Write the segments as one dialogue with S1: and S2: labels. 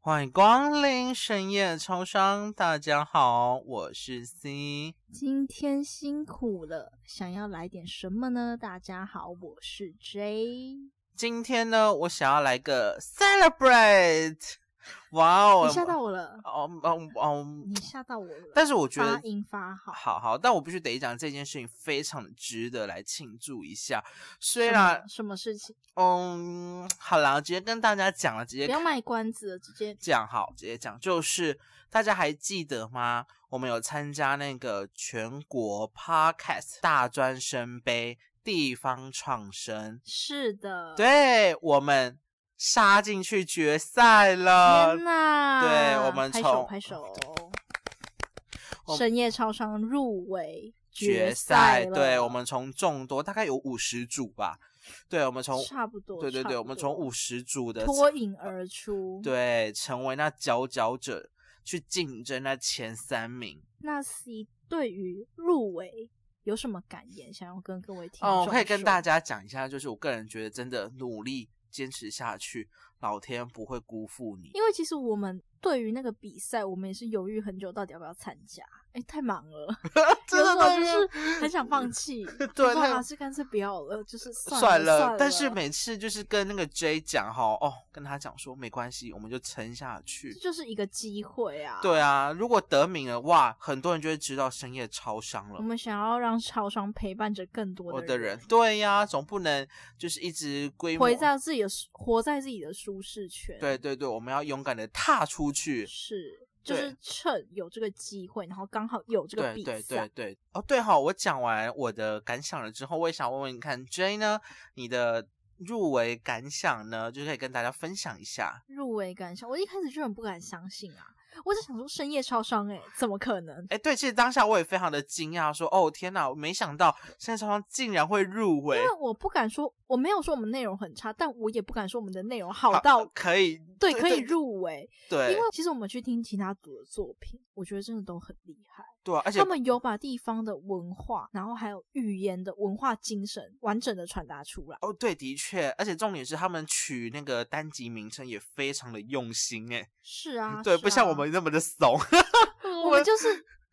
S1: 欢迎光临深夜超商，大家好，我是 C。
S2: 今天辛苦了，想要来点什么呢？大家好，我是 J。
S1: 今天呢，我想要来个 celebrate，哇哦！
S2: 你吓到我了，
S1: 哦哦哦！
S2: 你吓到我了。
S1: 但是我觉得
S2: 发音发好，
S1: 好好，但我必须得讲这件事情非常的值得来庆祝一下。虽
S2: 什
S1: 然
S2: 么，什么事情？
S1: 嗯，好啦，直接跟大家讲了，直接
S2: 不要卖关子了，直接
S1: 讲好，直接讲，就是大家还记得吗？我们有参加那个全国 Podcast 大专生杯地方创生，
S2: 是的。，
S1: 对我们杀进去决赛了
S2: 天。哪！
S1: 呃对我们
S2: 拍
S1: 从
S2: 手拍手
S1: 我。们
S2: 深夜超商入围
S1: 决
S2: 赛了，
S1: 对我们从众多大概有五十组吧，对我们从
S2: 差不多。
S1: 对对
S2: 差
S1: 对，
S2: 不
S1: 我们
S2: 多
S1: 从五十组的
S2: 脱颖而出。，
S1: 对成为那佼佼者去竞争那前三名。
S2: 那 C 对于入围有什么感言？想要跟各位听
S1: 哦，我可以
S2: 众
S1: 跟
S2: 说
S1: 大家讲一下，就是我个人觉得，真的努力坚持下去，老天不会辜负你。
S2: 因为其实我们对于那个比赛，我们也是犹豫很久，到底要不要参加。哎，太忙 了，
S1: 真的
S2: 有时候
S1: 对
S2: 就是很想放弃，
S1: 对
S2: 就说
S1: 太呃
S2: 啊，是干脆不要了，就是 算
S1: 算
S2: 了。
S1: 了，但是每次就是跟那个 J 讲哈，哦，跟他讲说没关系，我们就撑下去
S2: 这。就是一个机会啊。，
S1: 对啊，如果得名了哇，很多人就会知道深夜超商了
S2: 我。们想要让超商陪伴着更多
S1: 我的人
S2: 人，，
S1: 对呀、总不能就是一直规模
S2: 回。到自己的舒活在自己的舒适圈。，
S1: 对对对，我们要勇敢的踏出去。
S2: 是。就
S1: 对
S2: 是趁有这个机会，然后刚好有这个
S1: 对
S2: 比
S1: 对
S2: 赛
S1: 对，对，哦对哈、我讲完我的感想了之后，我也想问问你看 J 呢，你的入围感想呢，就是可以跟大家分享一下。
S2: 入围感想，我一开始就很不敢相信啊！我只想说深夜超商、欸，哎，怎么可能？
S1: 哎，对，其实当下我也非常的惊讶，说哦天哪，我没想到现在超商竟然会入围
S2: 因，为我不敢说，我没有说我们内容很差，但我也不敢说我们的内容好到
S1: 可以
S2: 对可以入围。因
S1: 对
S2: 为其实我们去听其他组的作品，我觉得真的都很厉害，
S1: 对啊，而且
S2: 他们有把地方的文化，然后还有语言的文化精神完整的传达出来。
S1: 哦对，的确，而且重点是他们取那个单集名称也非常的用心哎，
S2: 是啊，
S1: 对，
S2: 是
S1: 不像
S2: 啊
S1: 我，们那么的怂，
S2: 我们就是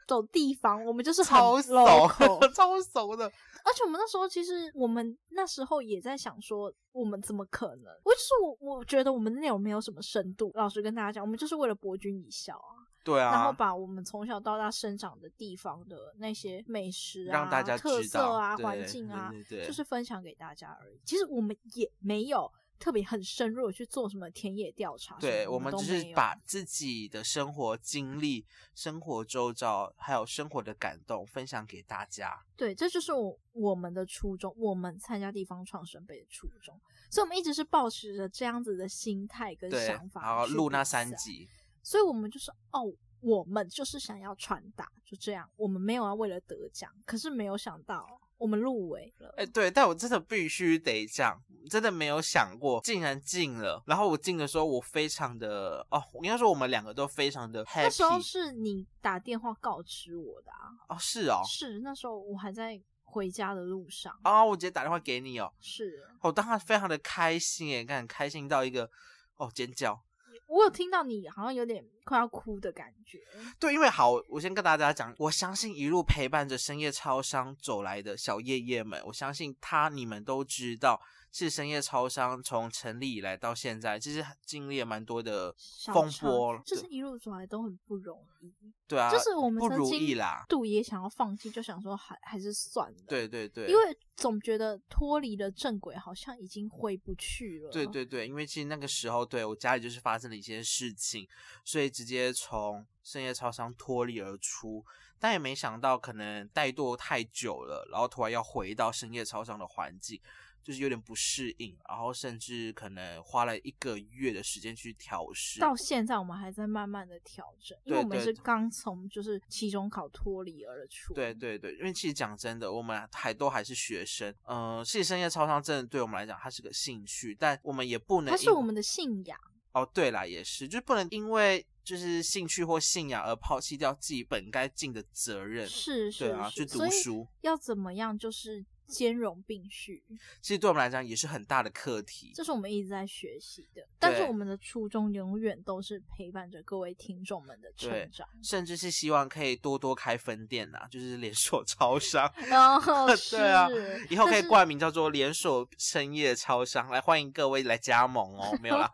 S2: 走地方，我们就是很
S1: 超怂
S2: local
S1: 超怂的，
S2: 而且我们那时候其实我们那时候也在想说，我们怎么可能？我就是我，我觉得我们内容没有什么深度。老实跟大家讲，我们就是为了博君一笑啊，
S1: 对啊，
S2: 然后把我们从小到大生长的地方的那些美食啊、
S1: 让大家
S2: 特
S1: 知
S2: 色
S1: 道
S2: 啊、
S1: 对
S2: 环境啊，
S1: 对对对
S2: 就是分享给大家而已。其实我们也没有特别很深入的去做什么田野调查啊什么的，
S1: 对，
S2: 我
S1: 我们
S2: 都
S1: 只
S2: 没
S1: 是
S2: 有
S1: 把自己的生活经历、生活周遭，还有生活的感动分享给大家。
S2: 对，这就是我我们的初衷，我们参加地方创生杯的初衷，所以我们一直是保持着这样子的心态跟
S1: 对，
S2: 想
S1: 然
S2: 法
S1: 后
S2: 去
S1: 录
S2: 比
S1: 那三
S2: 赛，
S1: 集，
S2: 所以我们就是哦，我们就是想要传达，就这样，我们没有要为了得奖，可是没有想到我们入围了，
S1: 哎，对，但我真的必须得讲，真的没有想过，竟然进了。然后我进的时候，我非常的哦，我应该说我们两个都非常的
S2: 那时候
S1: happy
S2: 是你打电话告知我的啊，
S1: 哦，是哦，
S2: 是那时候我还在回家的路上，
S1: 哦，我直接打电话给你哦，
S2: 是
S1: 我当时非常的开心耶，看开心到一个哦尖叫。
S2: 我有听到你好像有点快要哭的感觉，
S1: 对，因为好，我先跟大家讲，我相信一路陪伴着深夜超商走来的小夜夜们，我相信他你们都知道，是深夜超商从成立以来到现在，其实经历了蛮多的
S2: 小
S1: 风
S2: 插
S1: 波，
S2: 就是一路走来都很不容易。
S1: 对对啊，
S2: 就是我们
S1: 不
S2: 曾
S1: 如
S2: 经
S1: 意啦
S2: 度也想要放弃，就想说还还是算了。，
S1: 对对对，
S2: 因为总觉得脱离了正轨，好像已经回不去了。
S1: 对对对，因为其实那个时候，对我家里就是发生了一些事情，所以直接从深夜超商脱离而出，但也没想到可能怠惰太久了，然后突然要回到深夜超商的环境，就是有点不适应，然后甚至可能花了一个月的时间去调试。
S2: 到现在我们还在慢慢的调整，因为
S1: 对
S2: 我们
S1: 对
S2: 是
S1: 对
S2: 刚从就是期中考脱离而出。
S1: 对对对，因为其实讲真的，我们还都还是学生，呃，其实深夜超商真的对我们来讲，它是个兴趣，但我们也不能
S2: 它是
S1: 因
S2: 我们的信仰。
S1: 哦，对啦，也是，就是不能因为就是兴趣或信仰而抛弃掉自己本该尽的责任。
S2: 是是
S1: 对啊，
S2: 是，
S1: 去
S2: 所
S1: 读
S2: 以
S1: 书。
S2: 要怎么样就是。兼容并蓄，
S1: 其实对我们来讲也是很大的课题
S2: 这。是我们一直在学习的。但是我们的初衷永远都是陪伴着各位听众们的成
S1: 对
S2: 长。
S1: 甚至是希望可以多多开分店呐、就是连锁 超商，
S2: 然后哦是，
S1: 对啊以后可以
S2: 但是
S1: 冠名叫做“连锁深夜超商”，来欢迎各位来加盟哦。没有 啦，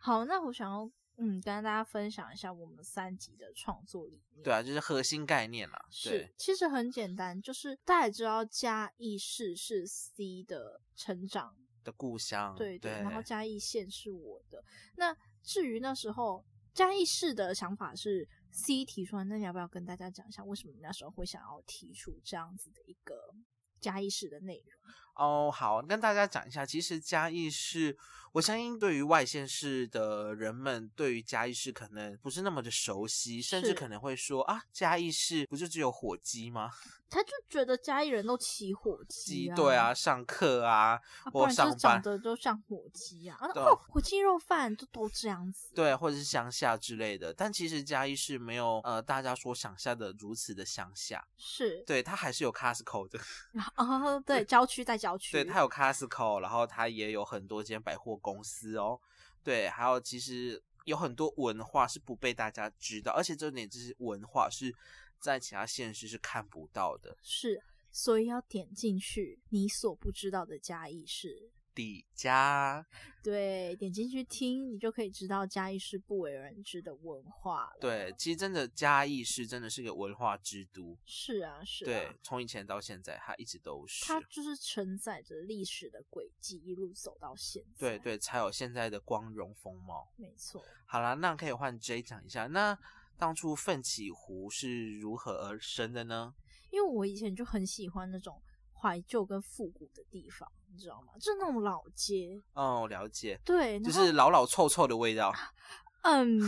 S2: 好，那我想要嗯跟大家分享一下我们三集的创作理念。
S1: 对啊，就是核心概念啦。
S2: 是
S1: 对，，
S2: 其实很简单，就是大家也知道嘉义市是 C 的成长，
S1: 的故乡，
S2: 对
S1: 嗯对，
S2: 然后嘉义县是我的。那至于那时候嘉义市的想法是 C 提出来，那你要不要跟大家讲一下，为什么你那时候会想要提出这样子的一个嘉义市的内容？
S1: 哦，好，跟大家讲一下，其实嘉义市，我相信对于外县市的人们，对于嘉义市可能不是那么的熟悉，甚至
S2: 是
S1: 可能会说啊，嘉义市不就只有火鸡吗？
S2: 他就觉得嘉义人都起火鸡
S1: 鸡
S2: 啊，
S1: 对啊，，上课啊，
S2: 啊不
S1: 我
S2: 然就
S1: 上
S2: 是长
S1: 班，
S2: 得都像火鸡啊，啊
S1: 对
S2: 哦，火鸡肉饭就都这样子。
S1: 对，或者是乡下之类的。但其实嘉义市没有呃大家所想象的如此的乡下，
S2: 是
S1: 对，它还是有 Costco 的，
S2: 啊，对，郊区在郊区，
S1: 对，它有 Costco，然后它也有很多间百货公司哦。对，还有其实有很多文化是不被大家知道，而且重点就是文化是在其他县市是看不到的。
S2: 是，所以要点进去你所不知道的嘉义市。
S1: 底家，
S2: 对，点进去听，你就可以知道嘉义市不为人知的文化了。
S1: 对，，其实真的嘉义市真的是个文化之都，
S2: 是啊，是啊，
S1: 对，从以前到现在，它一直都是。
S2: 它就是承载着历史的轨迹，一路走到现在。
S1: 对，对，才有现在的光荣风貌。
S2: 没错。
S1: 好啦，那可以换 J 讲一下，那当初奋起湖是如何而生的呢？
S2: 因为我以前就很喜欢那种怀旧跟复古的地方，你知道吗？就是那种老街。
S1: 哦，了解，
S2: 对，
S1: 就
S2: 然后
S1: 是老老臭臭的味道。
S2: 嗯，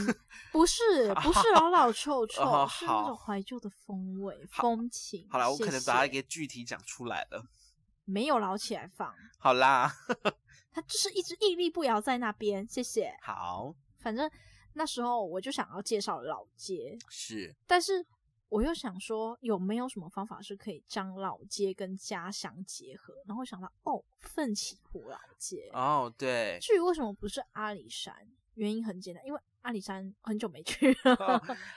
S2: 不是，不是老老臭臭，
S1: 哦
S2: 是那
S1: 好
S2: 种怀旧的风味、
S1: 好
S2: 风情。
S1: 好啦，我
S2: 谢
S1: 可能把它
S2: 谢
S1: 给具体讲出来了。
S2: 没有捞起来放，
S1: 好啦，
S2: 它就是一直屹立不摇在那边。谢谢。
S1: 好
S2: 反正那时候我就想要介绍老街，
S1: 是
S2: 但是我又想说有没有什么方法是可以将老街跟家乡结合？然后想到哦，奋起湖老街。
S1: 哦，对，
S2: 至于为什么不是阿里山，原因很简单，因为阿里山很久没去 了。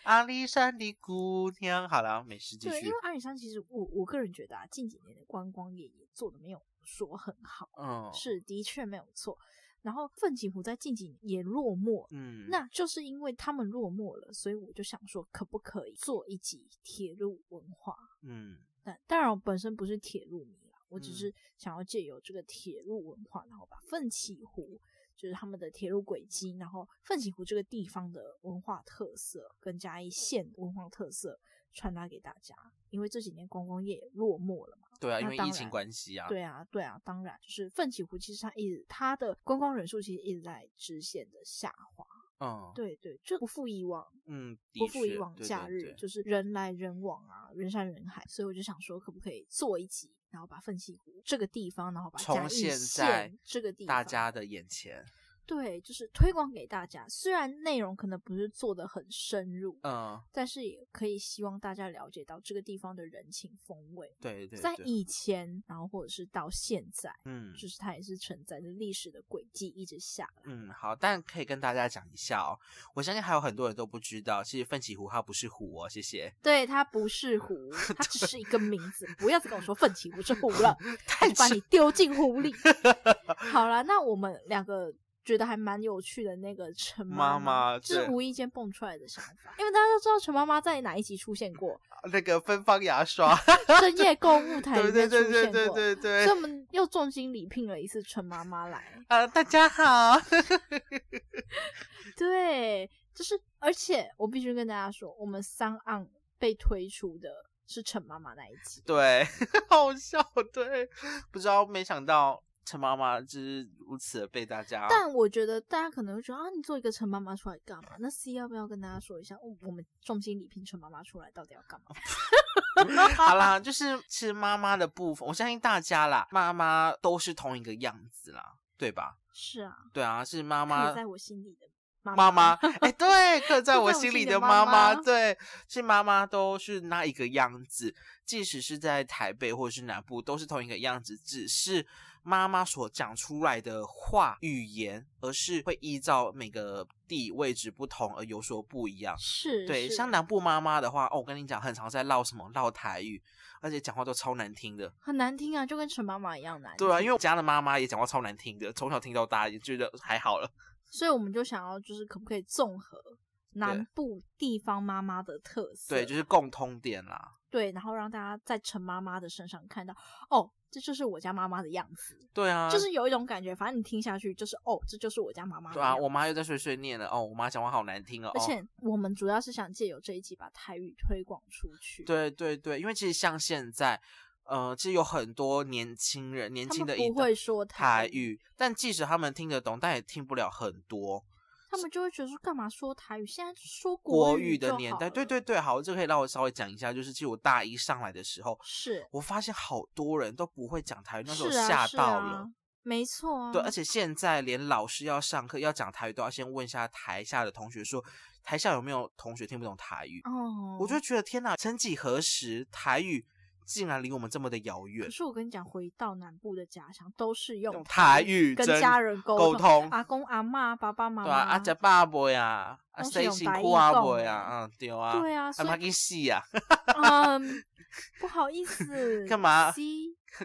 S1: 阿里山的姑娘。好啦，没事，继
S2: 对，因
S1: 续
S2: 为。阿里山其实我我个人觉得啊，近几年的观光业也做的没有说很好，
S1: 嗯，
S2: 是的确没有错。然后奋起湖在近几年也落寞
S1: 嗯，
S2: 那就是因为他们落寞了，所以我就想说，可不可以做一集铁路文化？
S1: 嗯，
S2: 但当然，我本身不是铁路迷啦，我只
S1: 嗯
S2: 是想要借由这个铁路文化，然后把奋起湖，就是他们的铁路轨迹，然后奋起湖这个地方的文化特色，跟嘉义县的文化特色传达给大家。因为这几年观光业也落寞了嘛，
S1: 对啊，因
S2: 那
S1: 为
S2: 当
S1: 疫情
S2: 然
S1: 关系啊。
S2: 对啊，对啊，当然就是奋起湖，其实它一直它的观光人数其实一直在直线的下滑，
S1: 嗯，
S2: 对对，就不负以往。
S1: 嗯，
S2: 不
S1: 的
S2: 负以
S1: 确
S2: 往
S1: 对
S2: 假
S1: 对
S2: 日，
S1: 对
S2: 就是人来人往啊，人山人海，所以我就想说，可不可以做一集，然后把奋起湖这个地方，然后把嘉
S1: 从
S2: 义
S1: 现在
S2: 县这个地方，
S1: 大家的眼前。
S2: 对，就是推广给大家。虽然内容可能不是做的很深入，
S1: 嗯，
S2: 但是也可以希望大家了解到这个地方的人情风味，
S1: 对对
S2: 在
S1: 对，
S2: 以前，然后或者是到现在，
S1: 嗯
S2: 就是它也是承载着历史的轨迹一直下来。
S1: 嗯，好，但可以跟大家讲一下哦。我相信还有很多人都不知道，其实奋起湖它不是湖哦，谢谢。
S2: 对，它不是湖， 它只是一个名字。不要再跟我说奋起湖是湖了，
S1: 太
S2: 就把
S1: 扯
S2: 你丢进 湖里。好啦，那我们两个觉得还蛮有趣的那个陈
S1: 妈妈
S2: 妈，就是
S1: 对
S2: 无意间蹦出来的想法，因为大家都知道陈妈妈在哪一集出现过，
S1: 那个芬芳牙刷，
S2: 深夜购物台
S1: 对
S2: 里
S1: 对
S2: 面出
S1: 对对
S2: 现
S1: 对
S2: 过，
S1: 对对
S2: 所以。我们又重金礼聘了一次陈妈妈来。
S1: 呃，大家 好。
S2: 对，就是而且我必须跟大家说，我们三岸被推出的是陈妈妈那一集。
S1: 对， 好笑，对，不知道，没想到陈妈妈就是如此的被大家，
S2: 但我觉得大家可能会觉得啊，你做一个陈妈妈出来干嘛？那 C 要不要跟大家说一下，哦、我们重金礼聘陈妈妈出来到底要干嘛？
S1: 好啦，就是其实妈妈的部分，我相信大家啦，妈妈都是同一个样子啦，对吧？
S2: 是啊，
S1: 对啊，是妈
S2: 妈
S1: 妈
S2: 在我心里的妈
S1: 妈 妈，哎、对，刻在我
S2: 刻在我
S1: 心
S2: 心
S1: 里
S2: 里的
S1: 的
S2: 妈
S1: 妈，
S2: 妈
S1: 对，是妈妈都是那一个样子，即使是在台北或者是南部，都是同一个样子，只是妈妈所讲出来的话语言，而是会依照每个地位置不同而有所不一样。
S2: 是，
S1: 对，
S2: 是
S1: 像南部妈妈的话，哦，我跟你讲，很常在唠什么唠台语，而且讲话都超难听的。
S2: 很难听啊，就跟陈妈妈一样难听。
S1: 对啊，因为我家的妈妈也讲话超难听的，从小听到大，也觉得还好了。
S2: 所以我们就想要就是可不可以综合南部地方妈妈的特色，
S1: 对，就是共通点啦。
S2: 对，然后让大家在陈妈妈的身上看到，哦，这就是我家妈妈的样子，
S1: 对啊，
S2: 就是有一种感觉，反正你听下去就是哦，这就是我家妈妈的
S1: 对啊，
S2: 样子
S1: 我妈又在碎碎念了哦，我妈讲话好难听哦。
S2: 而
S1: 哦
S2: 且我们主要是想借由这一集把台语推广出去，，
S1: 对对对，因为其实像现在，呃，其实有很多年轻人，年
S2: 他
S1: 轻的
S2: 们
S1: 一
S2: 不
S1: 代
S2: 会说
S1: 台
S2: 语，
S1: 语，但即使他们听得懂，但也听不了很多
S2: 他们就会觉得说干嘛说台语，现在说
S1: 国
S2: 语
S1: 语的
S2: 就
S1: 年
S2: 好
S1: 代。对
S2: 了
S1: 对，对，好，这可以让我稍微讲一下，就是其实我大一上来的时候，
S2: 是
S1: 我发现好多人都不会讲台语，那时候
S2: 是啊
S1: 吓
S2: 是
S1: 到
S2: 啊
S1: 了。
S2: 没错啊，
S1: 对，而且现在连老师要上课要讲台语，都要先问一下台下的同学说，台下有没有同学听不懂台语？
S2: 哦，
S1: 我就觉得天哪，曾几何时，台语竟然离我们这么的遥远
S2: 可。是我跟你讲，回到南部的家乡，都是用
S1: 用台语
S2: 跟
S1: 真
S2: 家人
S1: 沟
S2: 通，
S1: 通，
S2: 阿公阿妈、爸爸妈
S1: 对
S2: 妈，
S1: 啊，啊，吃爸爸呀，啊，
S2: 都是
S1: 谁
S2: 用
S1: 辛
S2: 台
S1: 苦
S2: 语
S1: 啊，
S2: 讲
S1: 伯
S2: 的
S1: 呀，嗯，对啊，
S2: 对啊，
S1: 阿
S2: 所
S1: 妈
S2: 以
S1: 给戏呀，
S2: 嗯，不好意 思，
S1: 干嘛
S2: C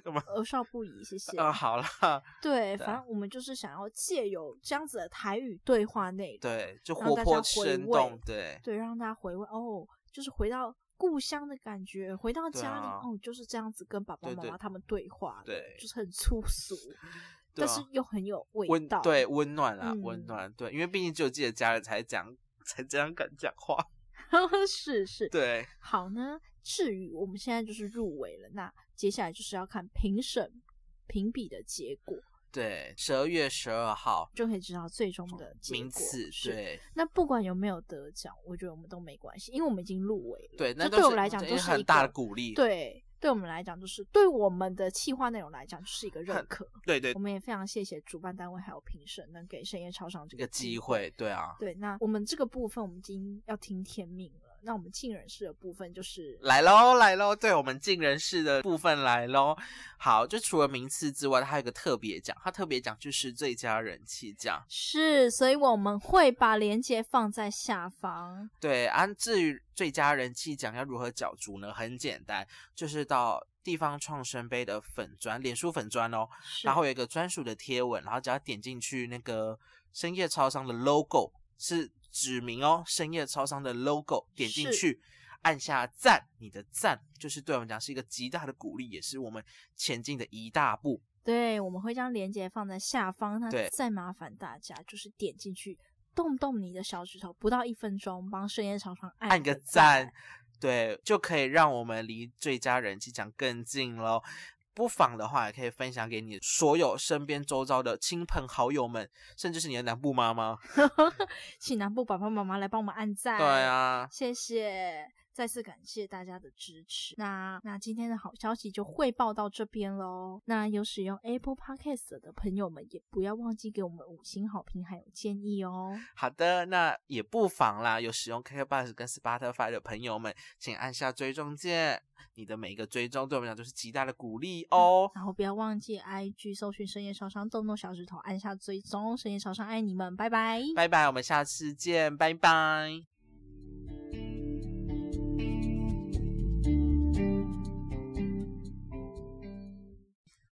S1: 干嘛？
S2: 儿少不宜，谢谢。
S1: 嗯， 好了，
S2: 对，
S1: 对啊
S2: 反正我们就是想要借由这样子的台语对话内容，
S1: 对，就
S2: 让
S1: 活
S2: 大家
S1: 泼
S2: 回
S1: 生
S2: 味
S1: 动，对，
S2: 对，让大家回味哦，就是回到故乡的感觉，回到
S1: 对
S2: 家里、
S1: 啊
S2: 哦，就是这样子跟爸爸
S1: 对
S2: 妈
S1: 对
S2: 妈他们对话的，
S1: 对
S2: 就是很粗俗，
S1: 对
S2: 但
S1: 啊
S2: 是又很有味
S1: 温
S2: 道，
S1: 对温暖啦，温
S2: 嗯
S1: 暖，对，因为毕竟只有自己的家人才讲，才这样敢讲话，
S2: 是是，
S1: 对，
S2: 好呢，至于我们现在就是入围了，那接下来就是要看评审评比的结果，
S1: 对，十二月十二号
S2: 就可以知道最终的结果
S1: 名次，
S2: 是。
S1: 对
S2: 那不管有没有得奖，我觉得我们都没关系，因为我们已经入围了。
S1: 对，那
S2: 这
S1: 都
S2: 对我
S1: 是
S2: 来讲
S1: 这
S2: 就是是
S1: 很
S2: 一
S1: 大
S2: 个
S1: 的鼓励，
S2: 对，对我们来讲就是对我们的企划内容来讲就是一个认
S1: 很
S2: 可。
S1: 对对
S2: 我，们也非常谢谢主办单位还有评审能给深夜超商这
S1: 一个
S2: 个
S1: 机。会，对啊，
S2: 对，那我们这个部分我们已经要听天命了。那我们尽人事的部分就是
S1: 来喽，来喽！对我们尽人事的部分来喽。好，就除了名次之外，它还有一个特别奖，它特别奖就是最佳人气奖。
S2: 是，所以我们会把链接放在下方。
S1: 对，按、至于最佳人气奖要如何角逐呢？很简单，就是到地方创生杯的粉砖，脸书粉砖哦，然后有一个专属的贴文，然后只要点进去那个深夜超商的 logo 是指明哦，深夜超商的 logo 点进
S2: 是
S1: 去，按下赞，你的赞就是对我们讲是一个极大的鼓励，也是我们前进的一大步。
S2: 对，我们会将链接放在下方。那
S1: 对
S2: 再麻烦大家就是点进去，动动你的小指头，不到一分钟，帮深夜长长按
S1: 按个赞，对，就可以让我们离最佳人气奖更近喽。不妨的话，也可以分享给你所有身边周遭的亲朋好友们，甚至是你的南部妈妈。
S2: 请南部爸爸妈妈来帮我们按赞。
S1: 对，啊，
S2: 谢谢，再次感谢大家的支持。那那今天的好消息就汇报到这边喽。那有使用 Apple Podcast 的朋友们，也不要忘记给我们五星好评还有建议哦。
S1: 好的，那也不妨啦，有使用 KKBox 跟 Spotify 的朋友们，请按下追踪键。你的每一个追踪对我们来讲都是极大的鼓励哦。
S2: 然后不要忘记 IG 搜寻深夜烧伤，动动小指头按下追踪，深夜烧伤爱你们，拜拜。
S1: 拜拜，我们下次见，拜拜。